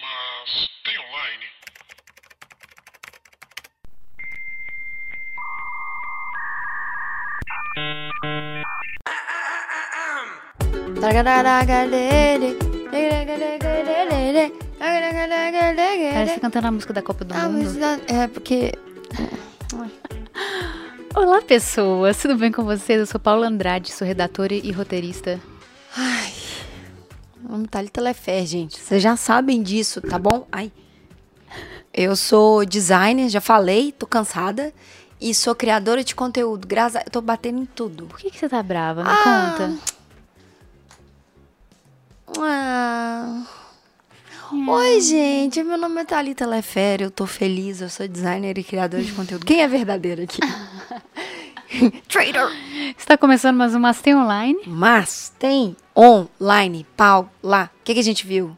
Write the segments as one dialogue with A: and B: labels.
A: Mas tem online.
B: Parece cantando a música da Copa do
C: Ah, mas
B: Mundo.
C: dá- É, porque.
B: Olá, pessoas! Tudo bem com vocês? Eu sou Paula Andrade, sou redatora e roteirista.
C: Ai. Vamos tá ali telefé, gente. Vocês já sabem disso, tá bom? Ai. Eu sou designer, já falei, tô cansada. E sou criadora de conteúdo. Graças a... Eu tô batendo em tudo.
B: Por que, que você tá brava? Me
C: Ah.
B: conta.
C: Ah. Oi, gente. Meu nome é Thalita Lefere. Eu tô feliz. Eu sou designer e criadora de conteúdo. Quem é verdadeiro aqui? Traitor!
B: Está começando mais um Mastem Online.
C: Mas tem online, pau, lá. O que, que a gente viu?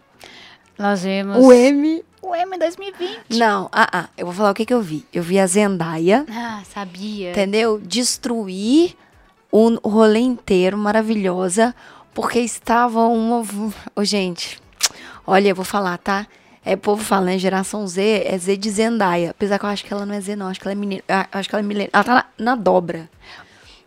B: Nós vimos...
C: O M.
B: O M 2020.
C: Não, ah, ah. Eu vou falar o que, que eu vi. Eu vi a Zendaya,
B: Ah, sabia.
C: entendeu? Destruir o rolê inteiro, maravilhosa, porque estava uma. Ô, gente, olha, eu vou falar, tá? É povo falando, geração Z, é Z de Zendaya. Apesar que eu acho que ela não é Z, não. Acho que ela é menina. ah, Acho que ela é milênio. Ela tá na, na dobra.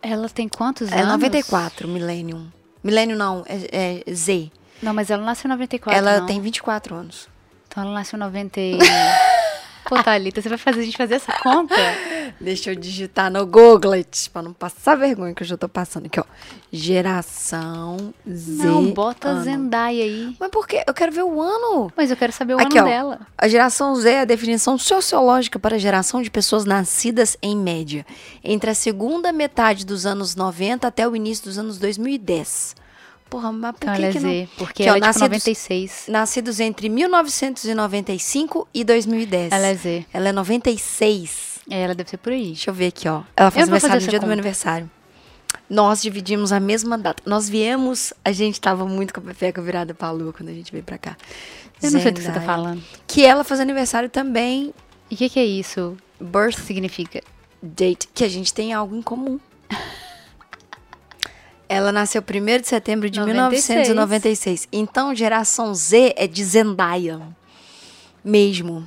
B: Ela tem quantos
C: É
B: anos?
C: 94, Millennium. Milênio não, é, é Z.
B: Não, mas ela não nasceu em 94,
C: ela
B: não.
C: tem 24 anos.
B: Então ela nasceu em 90 e... Pô, Thalita, você vai fazer a gente fazer essa conta?
C: Deixa eu digitar no Google pra não passar vergonha que eu já tô passando aqui, ó. Geração Z.
B: Não, bota
C: ano.
B: Zendaya aí.
C: Mas por quê? Eu quero ver o ano.
B: Mas eu quero saber o
C: Aqui,
B: ano
C: ó.
B: dela. Então,
C: A geração Z é a definição sociológica para a geração de pessoas nascidas em média entre a segunda metade dos anos 90 até o início dos anos 2010. Porra, mas por
B: Então
C: que,
B: ela é
C: que não...
B: Z, porque
C: Aqui, ó,
B: ela é de
C: nascidos-
B: 96.
C: Nascidos entre 1995 e 2010.
B: Ela é Z.
C: Ela é 96.
B: É, ela deve ser por aí.
C: Deixa eu ver aqui, ó. Ela faz
B: Eu não vou fazer
C: aniversário no dia
B: essa
C: do meu
B: conta.
C: aniversário. Nós dividimos a mesma data. Nós viemos, a gente tava muito com a pepeca virada pra lua quando a gente veio pra cá.
B: Eu não sei do que você tá
C: Zendaya.
B: falando.
C: Que ela faz aniversário também,
B: E o que, que é isso? Birth significa.
C: date, que a gente tem algo em comum. Ela nasceu 1 de setembro de
B: 96.
C: 1996. Então, geração Z é de Zendaya. Mesmo.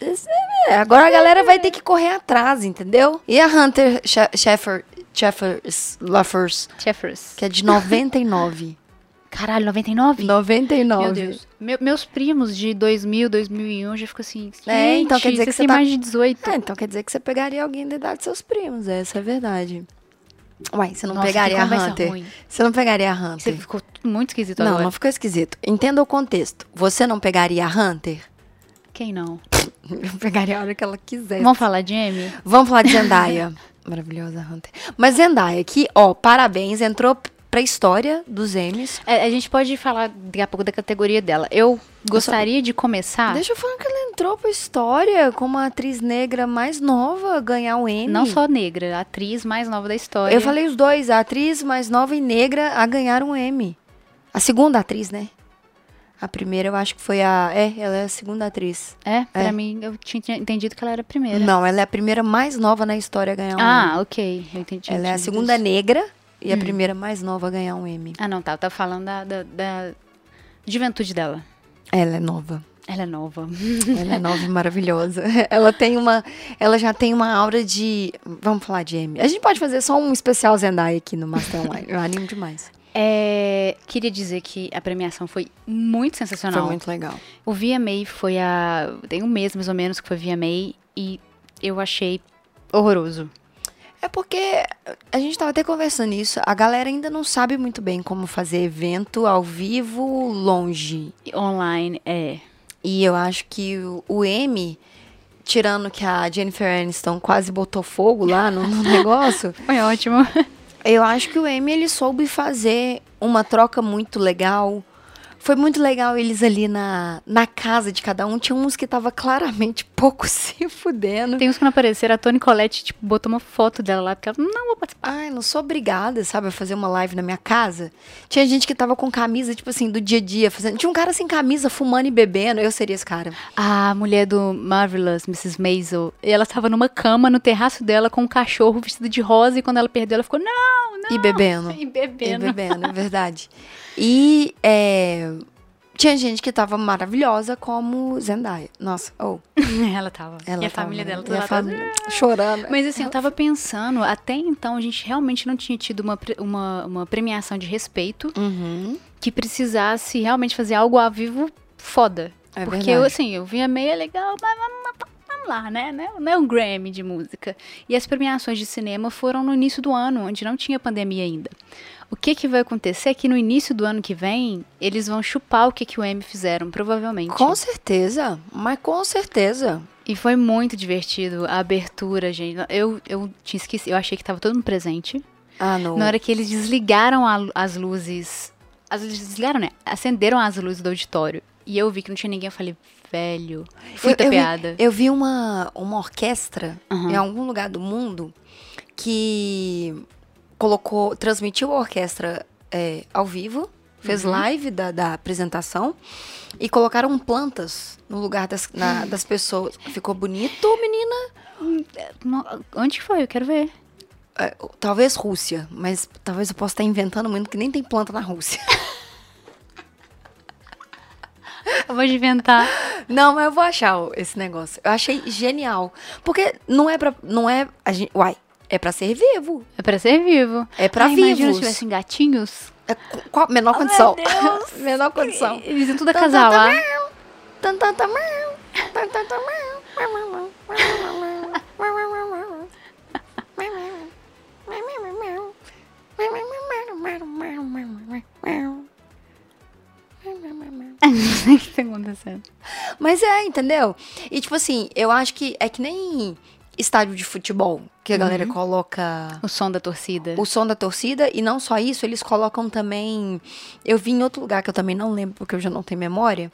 C: Esse é- Agora a galera vai ter que correr atrás, entendeu? E a Hunter Scha- Sheffer, Sheffers, Luffers,
B: Jeffers.
C: que é de 99.
B: é, Caralho, 99?
C: 99.
B: Meu Deus. Me- meus primos de 2000, 2001 já ficam assim.
C: É, então
B: "Gente,
C: quer dizer
B: você
C: que você
B: tem
C: tá-
B: mais de 18.
C: Ah, então quer dizer que você pegaria alguém da idade dos seus primos, essa é a verdade. Uai, você não
B: Nossa, que
C: pegaria a
B: conversa
C: Hunter.
B: ruim.
C: Você não pegaria a Hunter.
B: Você ficou muito esquisito
C: Não,
B: agora.
C: não ficou esquisito. Entenda o contexto. Você não pegaria a Hunter?
B: Quem não?
C: Eu pegaria a hora que ela quiser.
B: Vamos falar de Amy?
C: Vamos falar de Zendaya. Maravilhosa Hunter. Mas Zendaya aqui, ó, parabéns, entrou p- pra história dos M's.
B: É, a gente pode falar daqui a pouco da categoria dela. Eu gostaria de começar,
C: Deixa eu falar que ela entrou pra história como a atriz negra mais nova a ganhar o Emmy.
B: não só negra, a atriz mais nova da história.
C: Eu falei os dois, a atriz mais nova e negra a ganhar um Emmy. A segunda atriz, né? A primeira eu acho que foi a. É, ela é a segunda atriz.
B: É, pra
C: É.
B: mim, eu tinha entendido que ela era a primeira.
C: Não, ela é a primeira mais nova na história a ganhar um Emmy.
B: Ah, ok. Eu entendi.
C: Ela é a
B: entendi
C: segunda
B: isso.
C: negra e a primeira mais nova a ganhar um Emmy.
B: Ah, não, tá. Eu tava falando da, da, da juventude dela.
C: Ela é nova.
B: Ela é nova.
C: Ela é nova e maravilhosa. Ela tem uma. Ela já tem uma aura de. Vamos falar de Emmy. A gente pode fazer só um especial Zendaya aqui no Master Online. Eu animo demais.
B: É, queria dizer que a premiação foi muito sensacional.
C: Foi muito legal.
B: O VMA foi a. Tem um mês mais ou menos que foi VMA e eu achei horroroso.
C: É porque a gente tava até conversando isso. A galera ainda não sabe muito bem como fazer evento ao vivo longe.
B: E Online, é.
C: E eu acho que o, o M, tirando que a Jennifer Aniston quase botou fogo lá no- no negócio.
B: Foi ótimo.
C: Eu acho que o Emmy ele soube fazer uma troca muito legal. Foi muito legal eles ali na, na casa de cada um. Tinha uns que tava claramente pouco se fudendo.
B: Tem uns que não apareceram. A Toni Collette, tipo, botou uma foto dela lá, porque ela não vou participar.
C: Ai, não sou obrigada, sabe, a fazer uma live na minha casa. Tinha gente que tava com camisa, tipo assim, do dia a dia, fazendo. Tinha um cara sem camisa, fumando e bebendo. Eu seria esse cara.
B: A mulher do Marvelous, Mrs. Maisel, ela estava numa cama no terraço dela com um cachorro vestido de rosa e quando ela perdeu, ela ficou, não, não,
C: E bebendo.
B: e bebendo.
C: E bebendo, é verdade. E é, Tinha gente que tava maravilhosa, como Zendaya. Nossa, oh,
B: Ela tava. né?
C: ela
B: e a
C: tava-
B: família dela,
C: e
B: toda
C: a
B: lá tá atrás.
C: família chorando.
B: Mas assim, eu tava pensando, até então a gente realmente não tinha tido uma, pre- uma, uma premiação de respeito
C: Uhum,
B: que precisasse realmente fazer algo ao vivo foda.
C: é
B: Porque
C: verdade.
B: eu, assim, eu vinha meio legal, mas vamos, vamos- vamos lá, né? Não é- Não é um Grammy de música. E as premiações de cinema foram no início do ano, onde não tinha pandemia ainda. O que, que vai acontecer é que no início do ano que vem, eles vão chupar o que, que o M fizeram, provavelmente.
C: assim, Com certeza, mas com certeza.
B: E foi muito divertido a abertura, gente. Eu, eu tinha esquecido, eu achei que tava todo mundo presente.
C: Ah, não.
B: Na hora que eles desligaram a lu- as luzes. As luzes desligaram, né? Acenderam as luzes do auditório. E eu vi que não tinha ninguém. Eu falei, velho.
C: Eu-
B: Fui
C: eu vi-
B: tapeada.
C: Eu vi uma, uma orquestra
B: Aham.
C: em algum lugar do mundo que colocou, transmitiu a orquestra é, ao vivo, fez live da, da apresentação e colocaram plantas no lugar das, na- das pessoas. Ficou bonito, menina?
B: No- Onde que foi? Eu quero ver.
C: É, talvez Rússia, mas talvez eu possa estar inventando muito que nem tem planta na Rússia.
B: Eu vou inventar.
C: Não, mas eu vou achar o- esse negócio. Eu achei genial. Porque não é pra. Não é. A gente, uai, é pra ser vivo.
B: É pra ser vivo.
C: É pra
B: Ai, Imagina
C: vivos.
B: se tivessem gatinhos.
C: É, co- qual- menor
B: Oh, meu
C: condição.
B: Deus.
C: menor condição.
B: Eles iam tudo
C: Tan, tan, tan,
B: acasalar.
C: Tan, tan, tan, mau. Tan, tan, tan, mau. Mau, mau, mau. Mau, mau, mau. Mau, mau, mau. Mau, mau, mau. Mau, mau, mau. Mau, mau, mau. Mau, mau, mau. Mau, mau, mau.
B: O que tá acontecendo?
C: Mas é, entendeu? E tipo assim, eu acho que é que nem estádio de futebol, que a galera coloca
B: O som da torcida.
C: o som da torcida e não só isso, eles colocam também. Eu vi em outro lugar que eu também não lembro porque eu já não tenho memória,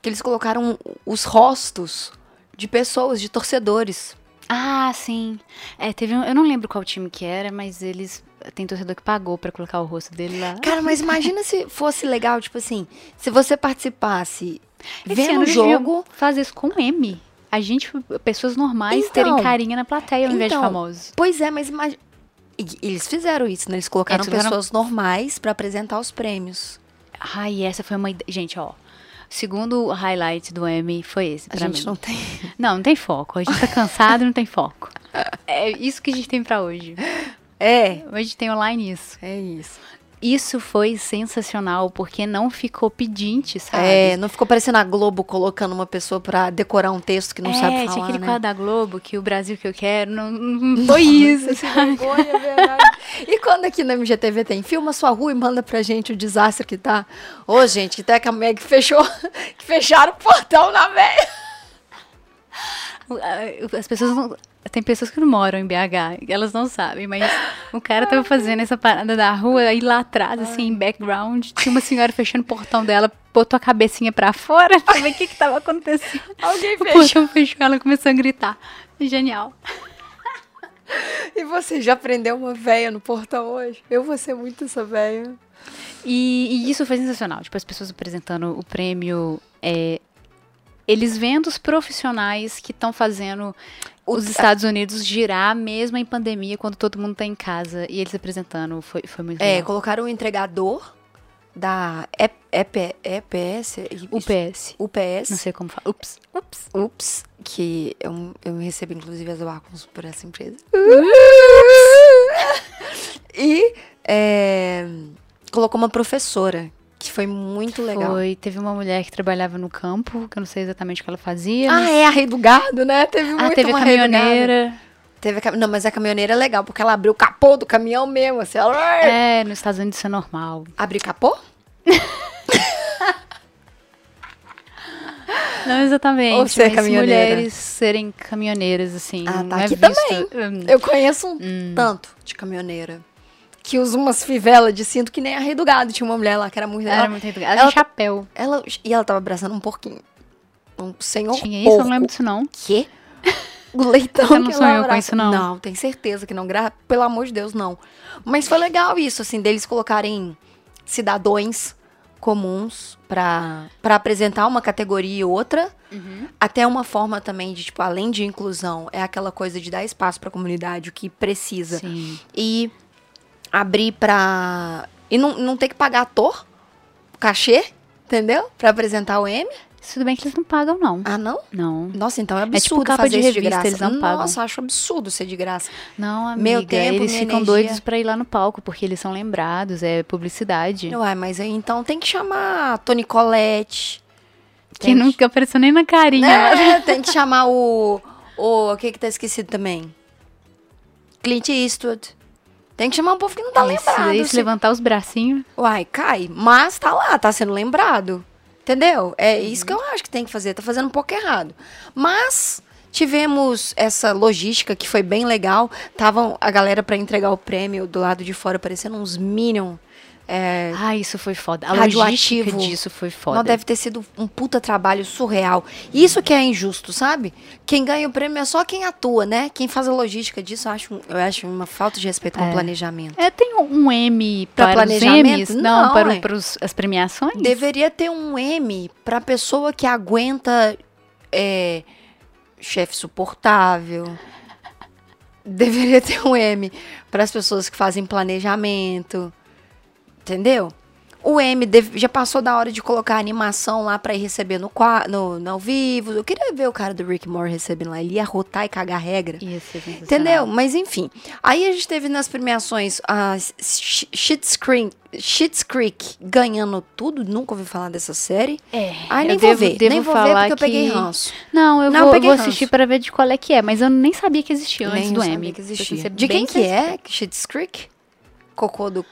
C: que eles colocaram os rostos de pessoas, de torcedores.
B: Ah, sim. É, teve um, eu não lembro qual time que era, mas eles. Tem torcedor que pagou pra colocar o rosto dele lá.
C: Cara, mas imagina se fosse legal, tipo assim, se você participasse
B: Esse
C: vendo
B: ano
C: o
B: eles deviam
C: jogo.
B: Fazer isso com M. A gente, pessoas normais,
C: Então.
B: terem carinha na plateia ao invés de
C: Então.
B: famosos.
C: Pois é, mas imagina. Eles fizeram isso, né? Eles colocaram
B: Eles fizeram-
C: pessoas normais pra apresentar os prêmios.
B: Ai, essa foi uma ideia. Gente, ó. Segundo highlight do M foi esse.
C: A
B: pra
C: gente
B: mim.
C: não tem.
B: Não, não tem foco. A gente tá cansado e não tem foco. É isso que a gente tem pra hoje.
C: É.
B: Hoje tem online isso.
C: É isso.
B: Isso foi sensacional, porque não ficou pedinte, sabe?
C: É, não ficou parecendo a Globo colocando uma pessoa pra decorar um texto que não
B: É,
C: sabe
B: tinha
C: falar,
B: aquele
C: né?
B: quadro da Globo que o Brasil que eu quero não, não foi isso, assim. sabe?
C: vergonha, é verdade. E quando aqui na MGTV tem filma sua rua e manda pra gente o desastre que tá. Ô, gente, até que a Meg fechou, que fecharam o portão na velha.
B: As pessoas não. Tem pessoas que não moram em BH, elas não sabem, mas o cara tava fazendo essa parada da rua, aí lá atrás, assim, em background, tinha uma senhora fechando o portão dela, botou a cabecinha pra fora pra ver o que que tava acontecendo.
C: Alguém
B: O portão fechou, ela começou a gritar. Genial.
C: E você já prendeu uma velha no portão hoje? Eu vou ser muito essa velha.
B: E, e isso foi sensacional. Tipo, as pessoas apresentando o prêmio. é, eles vendo os profissionais que estão fazendo os Estados Unidos girar mesmo em pandemia quando todo mundo tá em casa. E eles apresentando. Foi, foi muito
C: É,
B: legal.
C: colocaram o entregador da E- EP, EPS,
B: UPS.
C: UPS.
B: Não sei como fala. Ups. Ups.
C: Ups, que eu, eu recebo inclusive as Wacons por essa empresa. e é, colocou uma professora, que foi muito legal.
B: Foi. Teve uma mulher que trabalhava no campo, que eu não sei exatamente o que ela fazia.
C: Ah,
B: mas-
C: é a Rei do Gado, né? Teve
B: Ah,
C: muito
B: teve a
C: uma Rei do Gado.
B: caminhoneira.
C: Teve a cam- Não, mas a caminhoneira é legal, porque ela abriu o capô do caminhão mesmo, assim. Ela...
B: É, nos Estados Unidos isso é normal.
C: Abriu o capô?
B: Não exatamente.
C: Ou ser
B: mas
C: caminhoneira.
B: mulheres serem caminhoneiras, assim.
C: Ah, tá.
B: não é
C: Aqui
B: visto.
C: também.
B: Hum.
C: Eu conheço um tanto de caminhoneira. Que usa umas fivelas de cinto que nem a Rei do Gado. Tinha uma mulher lá que era muito legal.
B: Era muito legal. Ela
C: ela-
B: tinha chapéu.
C: Ela, e ela tava abraçando um porquinho. Um senhor
B: Tinha isso?
C: porco.
B: Eu não lembro disso, não.
C: Quê? O leitão
B: Você não
C: que ela
B: sonhou com
C: abraça.
B: isso, não?
C: Não, tem certeza que não. Gra... Pelo amor de Deus, não. Mas foi legal isso, assim, deles colocarem cidadãos comuns pra pra apresentar uma categoria e outra.
B: Uhum.
C: Até uma forma também de, tipo, além de inclusão, é aquela coisa de dar espaço pra comunidade, o que precisa
B: Sim.
C: e abrir pra. E não, não ter que pagar ator, cachê, entendeu? Pra apresentar o M.
B: Tudo bem que eles não pagam, não.
C: Ah, não?
B: Não.
C: Nossa, então é
B: tipo
C: absurdo
B: capa
C: fazer
B: de
C: isso de
B: revista,
C: graça.
B: eles não pagam.
C: Nossa, acho absurdo ser de graça.
B: Não, amiga.
C: Meu tempo,
B: eles
C: minha
B: ficam
C: energia.
B: doidos pra ir lá no palco, porque eles são lembrados, é publicidade.
C: Uai, mas aí então tem que chamar a Toni Colette.
B: que
C: Tem
B: nunca apareceu nem na carinha.
C: É, tem que chamar o. O o que que tá esquecido também? Clint Eastwood. Tem que chamar um povo que não tá
B: Esse
C: lembrado.
B: daí, se
C: assim.
B: levantar os bracinhos.
C: Uai, cai. Mas tá lá, tá sendo lembrado. Entendeu? É isso que eu acho que tem que fazer. Tá fazendo um pouco errado. Mas tivemos essa logística que foi bem legal. Tavam a galera pra entregar o prêmio do lado de fora, parecendo uns Minion. É,
B: Ah, isso foi foda. A
C: Radioativo.
B: logística disso foi foda.
C: não deve ter sido um puta trabalho surreal. Isso que é injusto, sabe? Quem ganha o prêmio é só quem atua, né? Quem faz a logística disso, eu acho, eu acho uma falta de respeito com o planejamento.
B: É, tem um um M
C: Pra
B: para
C: planejamento?
B: os M's? Não,
C: Não,
B: para,
C: é.
B: para os- as premiações?
C: Deveria ter um M pra pessoa que aguenta é, chefe suportável. Deveria ter um M para as pessoas que fazem planejamento. Entendeu? O M deve- já passou da hora de colocar a animação lá pra ir receber no, qua- no, no ao vivo. Eu queria ver o cara do Rick Moore recebendo lá. Ele ia rotar e cagar regra.
B: Ia ser sensacional.
C: Entendeu? Mas enfim. Aí a gente teve nas premiações a Sh- Schitt's Creek, Schitt's Creek ganhando tudo. Nunca ouvi falar dessa série.
B: É,
C: Ai,
B: eu
C: nem vou
B: devo-
C: ver.
B: devo
C: nem vou ver
B: falar
C: porque eu peguei
B: que-
C: ranço.
B: Não, eu
C: Não,
B: vou,
C: eu peguei
B: vou assistir
C: ranço.
B: para ver de qual é que é, mas eu nem sabia que existia antes
C: Nem
B: do
C: sabia
B: M.
C: que
B: Pra ser
C: existia.
B: bem
C: De quem que
B: sincera.
C: é Schitt's Creek? Cocô do...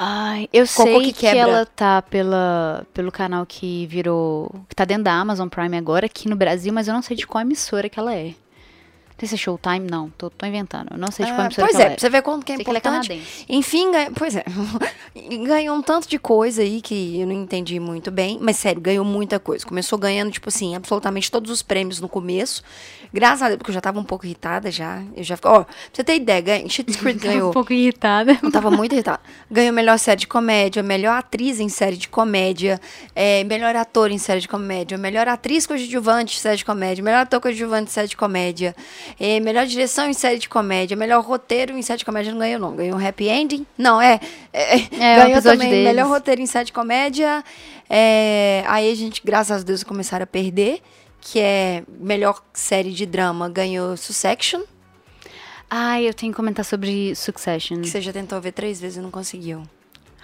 B: Ai, eu
C: Cocô
B: sei
C: que
B: que,
C: quebra.
B: ela tá pela, pelo canal que virou. que tá dentro da Amazon Prime agora, aqui no Brasil, mas eu não sei de qual emissora que ela é. Não sei se é Showtime, não. Tô, tô inventando. Eu não sei de qual
C: Ah,
B: emissora
C: pois
B: que
C: é,
B: ela
C: pra você ver quanto que é
B: Sei que ela é
C: importante.
B: canadense.
C: Enfim, ganha- pois é. ganhou um tanto de coisa aí que eu não entendi muito bem, mas sério, ganhou muita coisa. Começou ganhando, tipo assim, absolutamente todos os prêmios no começo. Graças a Deus, porque eu já tava um pouco irritada já. Eu já fico, ó, pra você ter ideia, ganha, Shit Creek
B: Tô um
C: ganhou.
B: pouco irritada.
C: Eu tava muito irritada. Ganhou melhor série de comédia, melhor atriz em série de comédia, é, melhor ator em série de comédia, melhor atriz coadjuvante em série de comédia, melhor ator coadjuvante em série de comédia, é, melhor direção em série de comédia, melhor roteiro em série de comédia. Não ganhou, não. Ganhou um happy ending? Não, é. é,
B: É, o
C: ganhou
B: episódio
C: também
B: deles.
C: melhor roteiro em série de comédia. é, aí a gente, graças a Deus, começaram a perder. Que é melhor série de drama, ganhou Succession,
B: Ai, eu tenho que comentar sobre Succession.
C: que você já tentou ver três vezes e não conseguiu.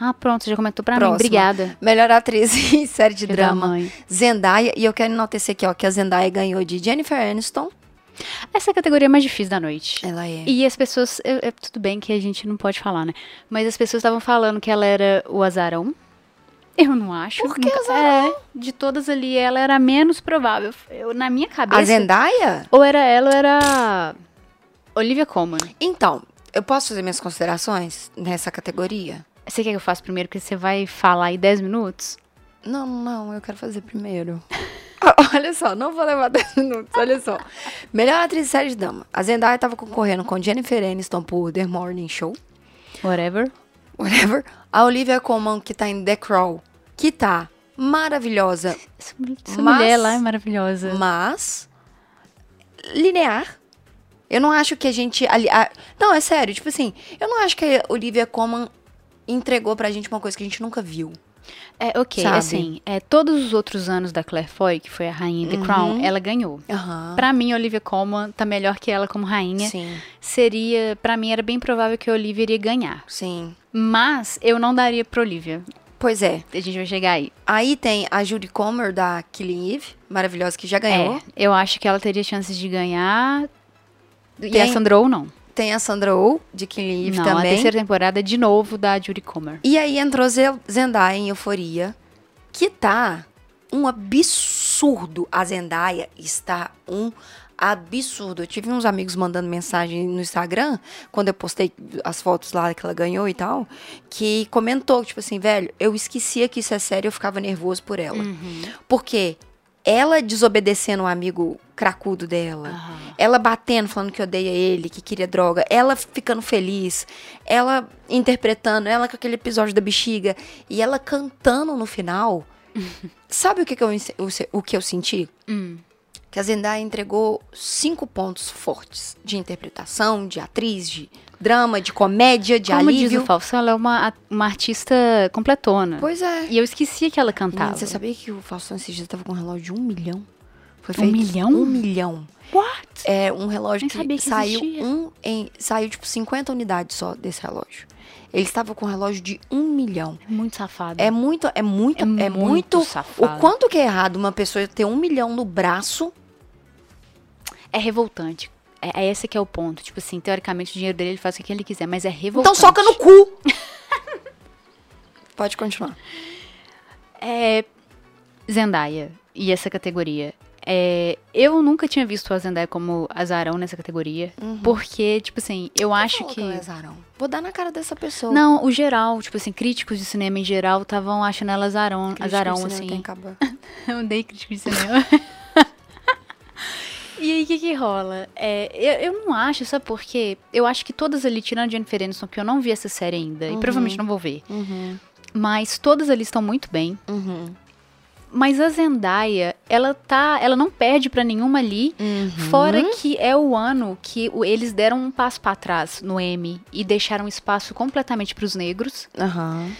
B: Ah, pronto, já comentou pra
C: Próxima.
B: mim. Obrigada.
C: Melhor atriz em série de
B: Filho da
C: drama.
B: mãe.
C: Zendaya. E eu quero enaltecer aqui, ó, que a Zendaya ganhou de Jennifer Aniston.
B: Essa é a categoria mais difícil da noite.
C: Ela é.
B: E as pessoas. É, é tudo bem que a gente não pode falar, né? Mas as pessoas estavam falando que ela era o azarão. Eu não acho.
C: Por que
B: azarão? É, de todas ali, ela era a menos provável. Eu, na minha
C: a
B: cabeça.
C: Zendaya?
B: Ou era ela ou era. Olivia Colman.
C: Então, eu posso fazer minhas considerações nessa categoria?
B: Você quer que eu faça primeiro? Porque você vai falar aí 10 minutos?
C: Não, não, eu quero fazer primeiro. olha só, não vou levar 10 minutos, olha só. Melhor atriz em série de drama. A Zendaya tava concorrendo com Jennifer Aniston por The Morning Show.
B: Whatever.
C: Whatever. A Olivia Colman, que tá em The Crow, que tá maravilhosa,
B: Essa, mul- essa
C: Mas-
B: mulher lá é maravilhosa.
C: Mas linear. Eu não acho que a gente ali, a- não, é sério, tipo assim, eu não acho que a Olivia Colman entregou pra gente uma coisa que a gente nunca viu.
B: É, ok,
C: Sabe?
B: assim, é, todos os outros anos da Claire Foy, que foi a rainha em The Crown, ela ganhou.
C: Aham.
B: Pra mim, Olivia Colman tá melhor que ela como rainha.
C: Sim,
B: Seria, pra mim era bem provável que a Olivia iria ganhar.
C: sim.
B: Mas eu não daria pra Olivia.
C: Pois é.
B: A gente vai chegar aí.
C: Aí tem a Judy Comer da Killing Eve, maravilhosa que já ganhou.
B: É, eu acho que ela teria chances de ganhar. E a
C: Tem-
B: Sandra ou não.
C: Tem a Sandra Oh de Killing Eve
B: não, a
C: também.
B: terceira temporada de novo da Judy Comer.
C: E aí entrou Ze- Zendaya em Euforia, que tá um absurdo. A Zendaya está um absurdo. Eu tive uns amigos mandando mensagem no Instagram, quando eu postei as fotos lá que ela ganhou e tal, que comentou, tipo assim, velho, eu esquecia que isso é sério, eu ficava nervoso por ela. Porque ela desobedecendo o amigo cracudo dela,
B: Aham.
C: ela batendo, falando que odeia ele, que queria droga, ela ficando feliz, ela interpretando, ela com aquele episódio da bexiga, e ela cantando no final. Sabe o que, que eu, ense- o se- o que eu senti?
B: Hum.
C: Que a Zendaya entregou cinco pontos fortes de interpretação, de atriz, de drama, de comédia, de
B: Como
C: alívio.
B: diz o Fausto, ela é uma, a- uma artista completona.
C: Pois é.
B: E eu esqueci que ela
C: Menina,
B: cantava.
C: você sabia que o Faustão esses dias tava com um relógio de um milhão? Foi feito
B: Um milhão?
C: Um milhão.
B: What?
C: É um relógio
B: Nem
C: que,
B: sabia que
C: saiu
B: existia.
C: um em saiu tipo 50 unidades só desse relógio. Ele estava com um relógio de um milhão.
B: Muito safado.
C: É muito, é muito,
B: É
C: é,
B: muito
C: muito.
B: safado.
C: O quanto que é errado uma pessoa ter um milhão no braço?
B: É revoltante. É, é esse que é o ponto. Tipo assim, teoricamente o dinheiro dele ele faz o que ele quiser, mas é revoltante.
C: Então soca no cu. Pode continuar.
B: Zendaya e essa categoria. É, eu nunca tinha visto a Zendaya como azarão nessa categoria. Porque, tipo assim, eu acho
C: Uhum. Falou
B: que.
C: ela é azarão. Vou dar na cara dessa pessoa.
B: Não, o geral, tipo assim, críticos de cinema em geral estavam achando ela azarão,
C: Crítico de
B: azarão
C: cinema
B: assim.
C: tem que acabar.
B: Eu andei crítico de cinema. E aí, o que que rola? É, eu, eu não acho, sabe por quê? Eu acho que todas ali, tirando Jennifer Aniston, que eu não vi essa série ainda, e provavelmente não vou ver.
C: Uhum,
B: Mas todas ali estão muito bem.
C: uhum,
B: Mas a Zendaya, ela tá, ela não perde pra nenhuma ali.
C: uhum.
B: Fora que é o ano que o- eles deram um passo pra trás no Emmy e deixaram espaço completamente pros negros.
C: Aham.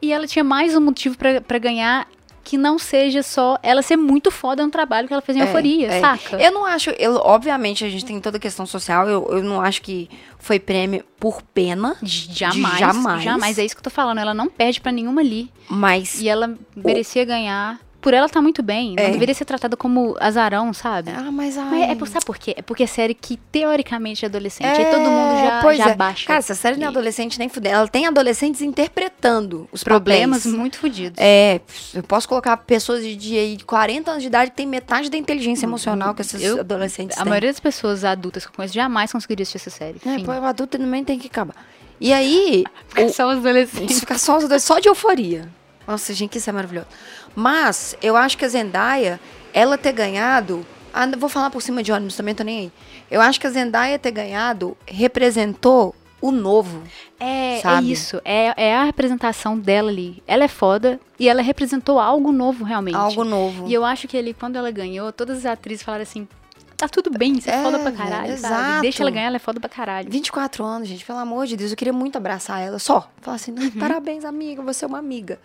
B: E ela tinha mais um motivo pra pra ganhar que não seja só ela ser muito foda no trabalho que ela fez
C: É,
B: em Euforia,
C: é.
B: saca?
C: Eu não acho, eu, obviamente a gente tem toda a questão social, eu, eu não acho que foi prêmio por pena,
B: Jamais, jamais.
C: jamais.
B: É isso que eu tô falando. Ela não perde pra nenhuma ali.
C: mas.
B: E ela merecia ganhar. Por ela tá muito bem. Não
C: É.
B: deveria ser tratada como azarão, sabe?
C: Ah, mas,
B: Mas
C: ai.
B: é por, sabe por quê? É porque é série que teoricamente é adolescente. Aí todo mundo já,
C: pois
B: já
C: é.
B: baixa.
C: Cara, essa série não é adolescente nem fudendo. Ela tem adolescentes interpretando os
B: problemas
C: papéis.
B: muito fodidos.
C: É, eu posso colocar pessoas de, de 40 anos de idade que tem metade da inteligência emocional que esses
B: Eu-
C: adolescentes
B: A
C: têm.
B: maioria das pessoas adultas que eu conheço jamais conseguiria assistir essa série.
C: É,
B: Fim.
C: pô, é o adulto também tem que acabar. E aí, o-
B: Só os adolescentes.
C: Isso fica só, só de euforia. Nossa, gente, que isso é maravilhoso. Mas eu acho que a Zendaya, ela ter ganhado. Ah, não, vou falar por cima de ônibus também, tô nem aí. Eu acho que a Zendaya ter ganhado representou o novo.
B: É, é
C: Sabe?
B: isso. É, é a representação dela ali. Ela é foda e ela representou algo novo realmente.
C: Algo novo.
B: E eu acho que ali, quando ela ganhou, todas as atrizes falaram assim: tá tudo bem, você é,
C: É,
B: foda pra
C: velho,
B: caralho, sabe?
C: exato.
B: Deixa ela ganhar, ela é foda pra caralho.
C: 24 anos, gente, pelo amor de Deus, eu queria muito abraçar ela só. Falar assim, "Ai,
B: Uhum.
C: parabéns, amiga, você é uma amiga.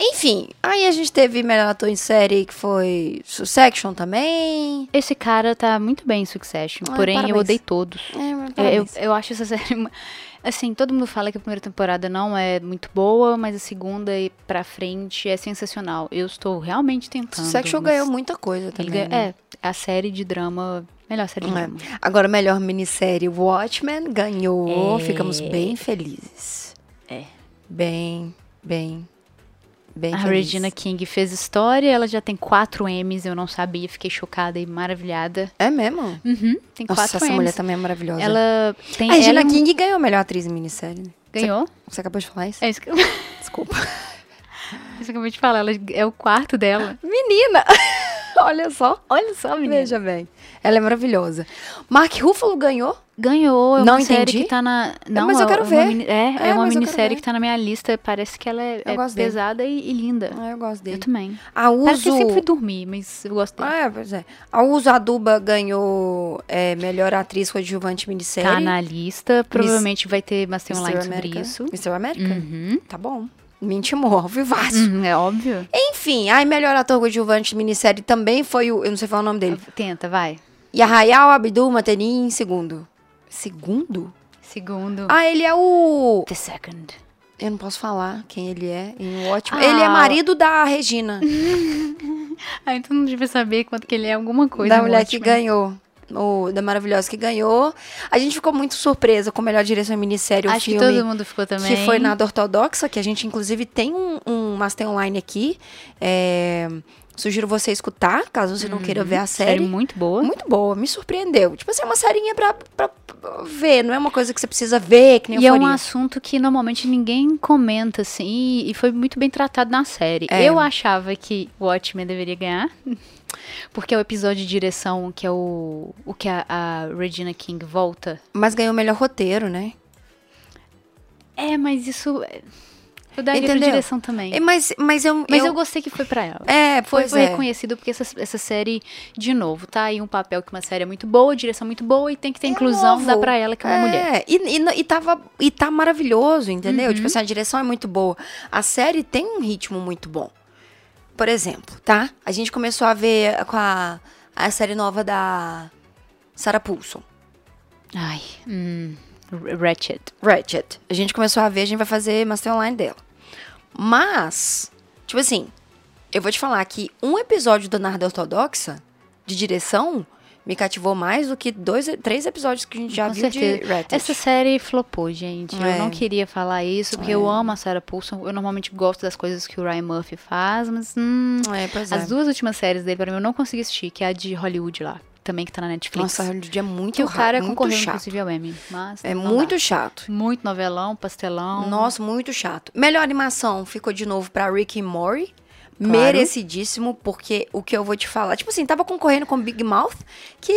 C: Enfim, aí a gente teve melhor ator em série, que foi Succession também.
B: Esse cara tá muito bem em Succession,
C: Ai,
B: porém eu
C: parabéns.
B: odeio todos.
C: É, mas
B: É, Eu,
C: parabéns.
B: eu acho essa série. uma- Assim, todo mundo fala que a primeira temporada não é muito boa, mas a segunda e pra frente é sensacional. Eu estou realmente tentando.
C: Succession
B: mas
C: ganhou muita coisa
B: ele
C: também. né?
B: ganha- É, a série de drama. Melhor série de
C: É.
B: drama.
C: Agora, melhor minissérie Watchmen ganhou.
B: É.
C: Ficamos bem felizes.
B: É.
C: Bem, bem, bem
B: A
C: felizes.
B: Regina King fez história, ela já tem quatro M's, eu não sabia, fiquei chocada e maravilhada.
C: É mesmo?
B: Uhum, tem
C: Nossa,
B: quatro
C: essa
B: M's.
C: mulher também é maravilhosa.
B: Ela tem.
C: a Regina
B: ela é
C: King ganhou melhor atriz em minissérie. né?
B: ganhou.
C: Você acabou de falar isso?
B: É isso que eu, isso
C: Desculpa.
B: que eu acabei de falar. Ela é o quarto dela.
C: Menina! Olha só.
B: Olha só, menina.
C: Veja bem. Ela é maravilhosa. Mark Ruffalo ganhou?
B: Ganhou. É
C: Não
B: uma série
C: entendi.
B: que tá na. Não,
C: mas eu
B: é
C: quero
B: uma
C: ver.
B: mini- é, é,
C: É,
B: uma
C: mas eu quero
B: minissérie
C: ver.
B: que tá na minha lista. Parece que ela é,
C: Eu
B: é
C: gosto dele.
B: pesada e, e linda.
C: Ah, eu gosto
B: Eu
C: dele.
B: também.
C: A Uso...
B: Parece que eu sempre fui dormir, mas eu gosto dela.
C: Ah, é, pois é. A Uso Aduba ganhou é, melhor atriz coadjuvante minissérie.
B: Tá na lista. Provavelmente vai ter mais
C: Mr.
B: online sobre
C: América.
B: isso.
C: Mr. América?
B: Uhum.
C: Tá bom. Me intimou, ao vivaço.
B: Uhum, é óbvio.
C: Enfim, aí melhor ator coadjuvante de minissérie também foi o... Eu não sei falar o nome dele.
B: Tenta, vai.
C: E a Hayao Abdul Matenin em segundo. Segundo?
B: Segundo.
C: Ah, ele é o...
B: The second.
C: Eu não posso falar quem ele é em Watchmen.
B: Ah,
C: ele é
B: o-
C: marido da Regina.
B: Ah, então não devia saber quanto que ele é, alguma coisa.
C: da
B: no
C: mulher que
B: Watchmen.
C: ganhou. O, da maravilhosa que ganhou. A gente ficou muito surpresa com melhor direção em minissérie. o
B: Acho que
C: filme
B: todo mundo ficou também.
C: Que foi nada ortodoxa, que a gente inclusive tem um, um Master Online aqui. É, sugiro você escutar, caso você não queira ver a
B: Uhum. série
C: série.
B: muito boa.
C: Muito boa, me surpreendeu. Tipo assim, é uma serinha pra, pra ver, não é uma coisa que você precisa ver, que nem
B: E é um
C: euforia.
B: assunto que normalmente ninguém comenta, assim, e- e foi muito bem tratado na série.
C: É.
B: Eu achava que o Watchmen deveria ganhar, porque é o episódio de direção que é o, o que a, a Regina King volta.
C: Mas ganhou o melhor roteiro, né?
B: É, mas isso. é- Eu daria pra
C: Entendeu?
B: direção também.
C: É, Mas, mas eu.
B: Mas eu, gostei que foi pra ela.
C: É,
B: Foi,
C: pois
B: foi
C: é.
B: reconhecido porque essa, essa série, de novo, tá aí um papel que uma série é muito boa, direção muito boa e tem que ter inclusão,
C: novo.
B: dá pra ela que é uma mulher. Uhum.
C: É, e, e, no- e, tava, e tá maravilhoso, entendeu? Tipo assim, a direção é muito boa. A série tem um ritmo muito bom. Por exemplo, tá? A gente começou a ver com a, a série nova da Sarah Paulson,
B: Ai, hum, R- Ratchet.
C: Ratchet. A gente começou a ver, a gente vai fazer Master Online dela. Mas, tipo assim, eu vou te falar que um episódio do Narda Ortodoxa, de direção, me cativou mais do que dois, três episódios que a gente já
B: Com
C: viu de
B: certeza.
C: Ratchet.
B: Essa série flopou, gente.
C: É.
B: Eu não queria falar isso, porque eu amo a Sarah Paulson. Eu normalmente gosto das coisas que o Ryan Murphy faz, mas hum,
C: É, pois é.
B: as duas últimas séries dele, pra mim, eu não consegui assistir, que é a de Hollywood lá, também que tá na Netflix.
C: Nossa, Hollywood é muito
B: que o
C: ra-
B: cara
C: muito
B: concorreu,
C: chato.
B: inclusive, ao Emmy. Mas
C: É
B: não
C: muito
B: dá.
C: chato.
B: Muito novelão, pastelão.
C: Nossa, muito chato. Melhor animação ficou de novo pra Rick e Morty.
B: Claro.
C: Merecidíssimo, porque o que eu vou te falar. Tipo assim, tava concorrendo com Big Mouth, que.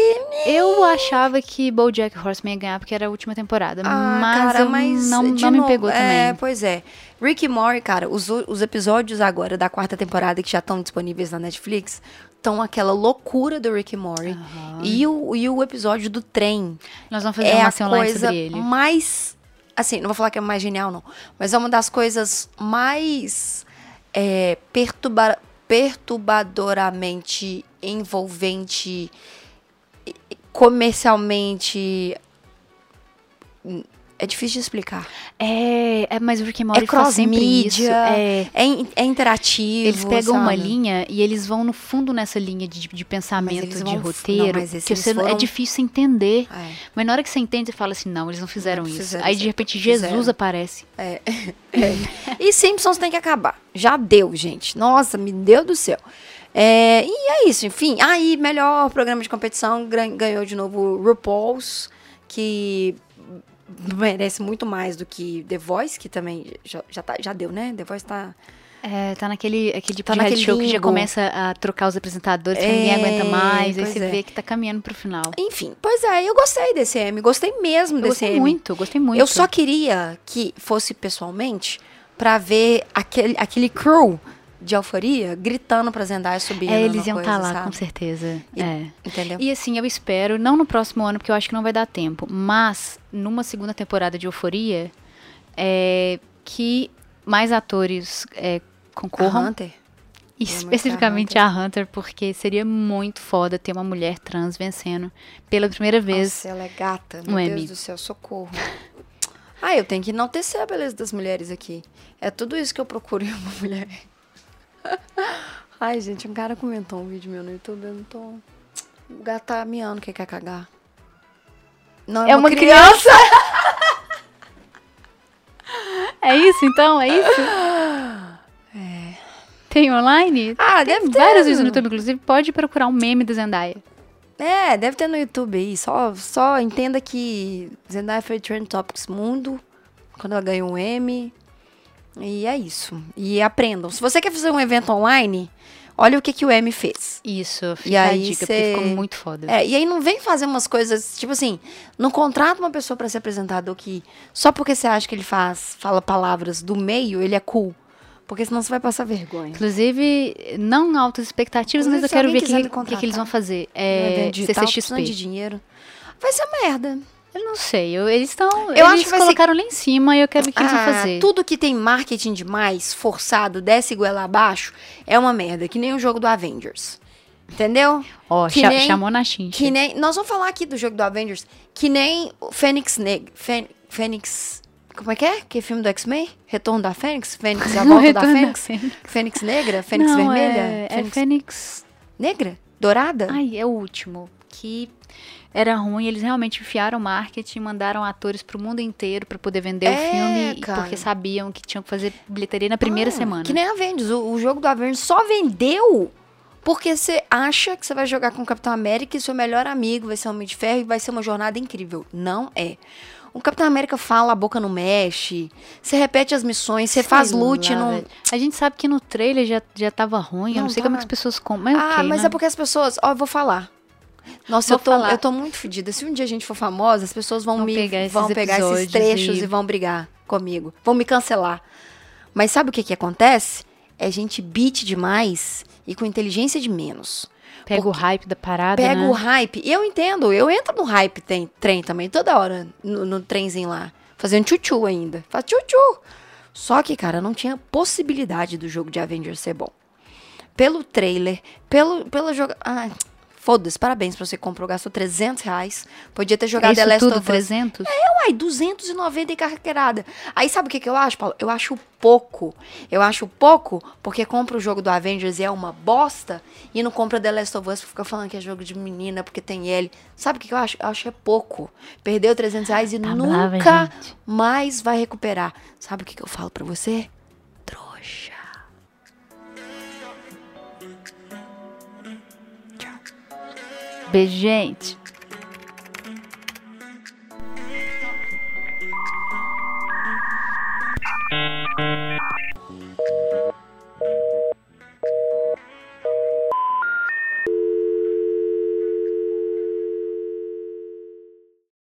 B: Eu achava que BoJack Horseman ia ganhar porque era a última temporada,
C: Ah,
B: mas,
C: cara,
B: eu
C: mas.
B: não,
C: de
B: não me
C: novo,
B: pegou
C: É,
B: também.
C: pois é. Rick e Morty, cara, os, o- os episódios agora da quarta temporada que já estão disponíveis na Netflix estão aquela loucura do Rick e Morty. E, o, e o episódio do trem.
B: Nós vamos fazer
C: é
B: uma
C: a
B: ação online
C: coisa
B: sobre ele.
C: mais. Assim, não vou falar que é mais genial, não. Mas é uma das coisas mais é, perturba- perturbadoramente envolvente, e- e comercialmente. É difícil de explicar.
B: É, é, mas o Rick and Morty
C: é
B: faz sempre isso.
C: cross-mídia,
B: É,
C: é, in- é interativo.
B: Eles pegam uma
C: sabe?
B: linha e eles vão no fundo nessa linha de, de pensamento,
C: eles
B: de
C: vão-
B: roteiro,
C: não, mas esse
B: que
C: eles
B: você, é
C: foram-
B: difícil entender.
C: É.
B: Mas na hora que você entende, você fala assim, não, eles não fizeram
C: Não
B: isso.
C: fizeram,
B: Aí de
C: fizeram,
B: repente
C: fizeram. É.
B: Jesus aparece.
C: E Simpsons tem que acabar. Já deu, gente. Nossa, me deu do céu. É, e é isso, enfim. Aí, melhor programa de competição gran- ganhou de novo RuPaul's, que merece muito mais do que The Voice, que também já, já, tá- já deu, né? The Voice tá.
B: É, tá naquele aquele tipo
C: Tá
B: de reality
C: naquele
B: show que já
C: limbo.
B: começa a trocar os apresentadores, que
C: É,
B: ninguém aguenta mais. Aí
C: pois
B: você
C: é.
B: vê que tá caminhando pro final.
C: Enfim, pois é, eu gostei desse M, gostei mesmo
B: Eu
C: desse
B: gostei
C: M.
B: muito, eu gostei muito.
C: Eu só queria que fosse pessoalmente pra ver aquele, aquele crew de alforia gritando pra Zendaya subir.
B: é, eles
C: na
B: iam
C: coisa,
B: estar lá,
C: sabe?
B: com certeza.
C: E-
B: é.
C: Entendeu?
B: E assim, eu espero, não no próximo ano, porque eu acho que não vai dar tempo, mas numa segunda temporada de Euforia, é, que mais atores é,
C: A
B: concorram,
C: Hunter?
B: especificamente a Hunter, porque seria muito foda ter uma mulher trans vencendo pela primeira vez.
C: Nossa, ela é gata. Meu
B: Um
C: Deus
B: Emmy.
C: do céu, socorro. ah, eu tenho que enaltecer a beleza das mulheres aqui. É tudo isso que eu procuro em uma mulher. Ai, gente, um cara comentou um vídeo meu no YouTube, eu não tô... O gato tá miando que quer cagar. Não, é, uma, criança.
B: é isso então? É isso? Tem online?
C: É. Ah,
B: Tem
C: deve ter.
B: vários vídeos no YouTube, inclusive, pode procurar um meme da Zendaya.
C: É, deve ter no YouTube aí. Só, só entenda que Zendaya foi Trend Topics Mundo, quando ela ganhou um M. E é isso. E aprendam. Se você quer fazer um evento online, olha o que, que o M fez.
B: Isso, fica
C: E
B: a
C: aí
B: dica,
C: cê-
B: porque ficou muito foda.
C: É, e aí não vem fazer umas coisas, tipo assim, não contrata uma pessoa pra ser apresentador que só porque você acha que ele faz, fala palavras do meio, ele é cool. Porque senão você vai passar vergonha.
B: Inclusive, não altas expectativas, mas
C: Inclusive,
B: eu
C: se
B: quero ver
C: alguém
B: o que,
C: quiser me
B: que- o que,
C: contratar
B: que eles vão fazer.
C: Um
B: É,
C: evento digital, precisando de
B: CCXP.
C: dinheiro. Vai ser merda.
B: Eu não sei, eu- eles estão.
C: Eu
B: Eles
C: acho que vai ser-
B: colocaram lá em cima e eu quero ver o que eles vão
C: Ah,
B: fazer.
C: Tudo que tem marketing demais, forçado, desce goela abaixo, é uma merda. Que nem o jogo do Avengers. Entendeu?
B: Ó,
C: que
B: cha-
C: nem-
B: chamou na chincha.
C: Que nem. Nós vamos falar aqui do jogo do Avengers. Que nem o Fênix Neg. Fên- Fênix. Como é que é? Que filme do X-Men? Retorno da Fênix? Fênix, a
B: O
C: volta da
B: retorno
C: Fênix?
B: Fênix.
C: Fênix Negra? Fênix
B: Não,
C: Vermelha?
B: É, é
C: Fênix
B: Fênix.
C: Negra? Dourada?
B: Ai, é o último. Que era ruim, eles realmente enfiaram marketing, mandaram atores pro mundo inteiro pra poder vender
C: É,
B: o filme, e-
C: cara.
B: porque sabiam que tinham que fazer bilheteria na primeira
C: Ah,
B: semana.
C: Que nem Avengers. O, o jogo do Avengers só vendeu porque você acha que você vai jogar com o Capitão América e seu melhor amigo vai ser um Homem de Ferro e vai ser uma jornada incrível. Não é. O Capitão América fala, a boca não mexe. Você repete as missões, você
B: Sei
C: faz loot.
B: lá,
C: não...
B: velho. A gente sabe que no trailer já, já tava ruim, eu
C: Não,
B: não sei
C: tá
B: como
C: na-
B: é que as pessoas comem. Mas
C: ah,
B: ok,
C: mas
B: né?
C: é porque as pessoas. Ó, eu vou falar. Nossa,
B: Vou
C: eu tô,
B: falar.
C: eu tô muito fodida. Se um dia a gente for famosa, as pessoas vão,
B: Vão
C: me
B: pegar esses
C: vão pegar esses
B: episódios
C: trechos
B: e-
C: e vão brigar comigo. Vão me cancelar. Mas sabe o que, que acontece? É gente beat demais e com inteligência de menos.
B: Pega o hype da parada,
C: Pega
B: né?
C: o hype. E eu entendo, eu entro no hype tem, trem também, toda hora, no, no trenzinho lá. Fazendo tchutchu ainda. Faz tchutchu. Só que, cara, não tinha possibilidade do jogo de Avengers ser bom. Pelo trailer, pelo, pela joga... Ai, foda-se, parabéns pra você que comprou, gastou 300 reais. Podia ter jogado
B: É Isso
C: The Last
B: tudo,
C: of Us.
B: 300?
C: Uai, 290 e carqueirada. Aí sabe o que, que eu acho, Paulo? Eu acho pouco. Eu acho pouco porque compra o jogo do Avengers e é uma bosta e não compra The Last of Us porque fica falando que é jogo de menina porque tem ele. Sabe o que, que eu acho? Eu acho que é pouco. Perdeu 300 reais e
B: Tá
C: nunca
B: brava, gente.
C: mais vai recuperar. Sabe o que, que eu falo pra você? Trouxa.
B: Beijo, gente.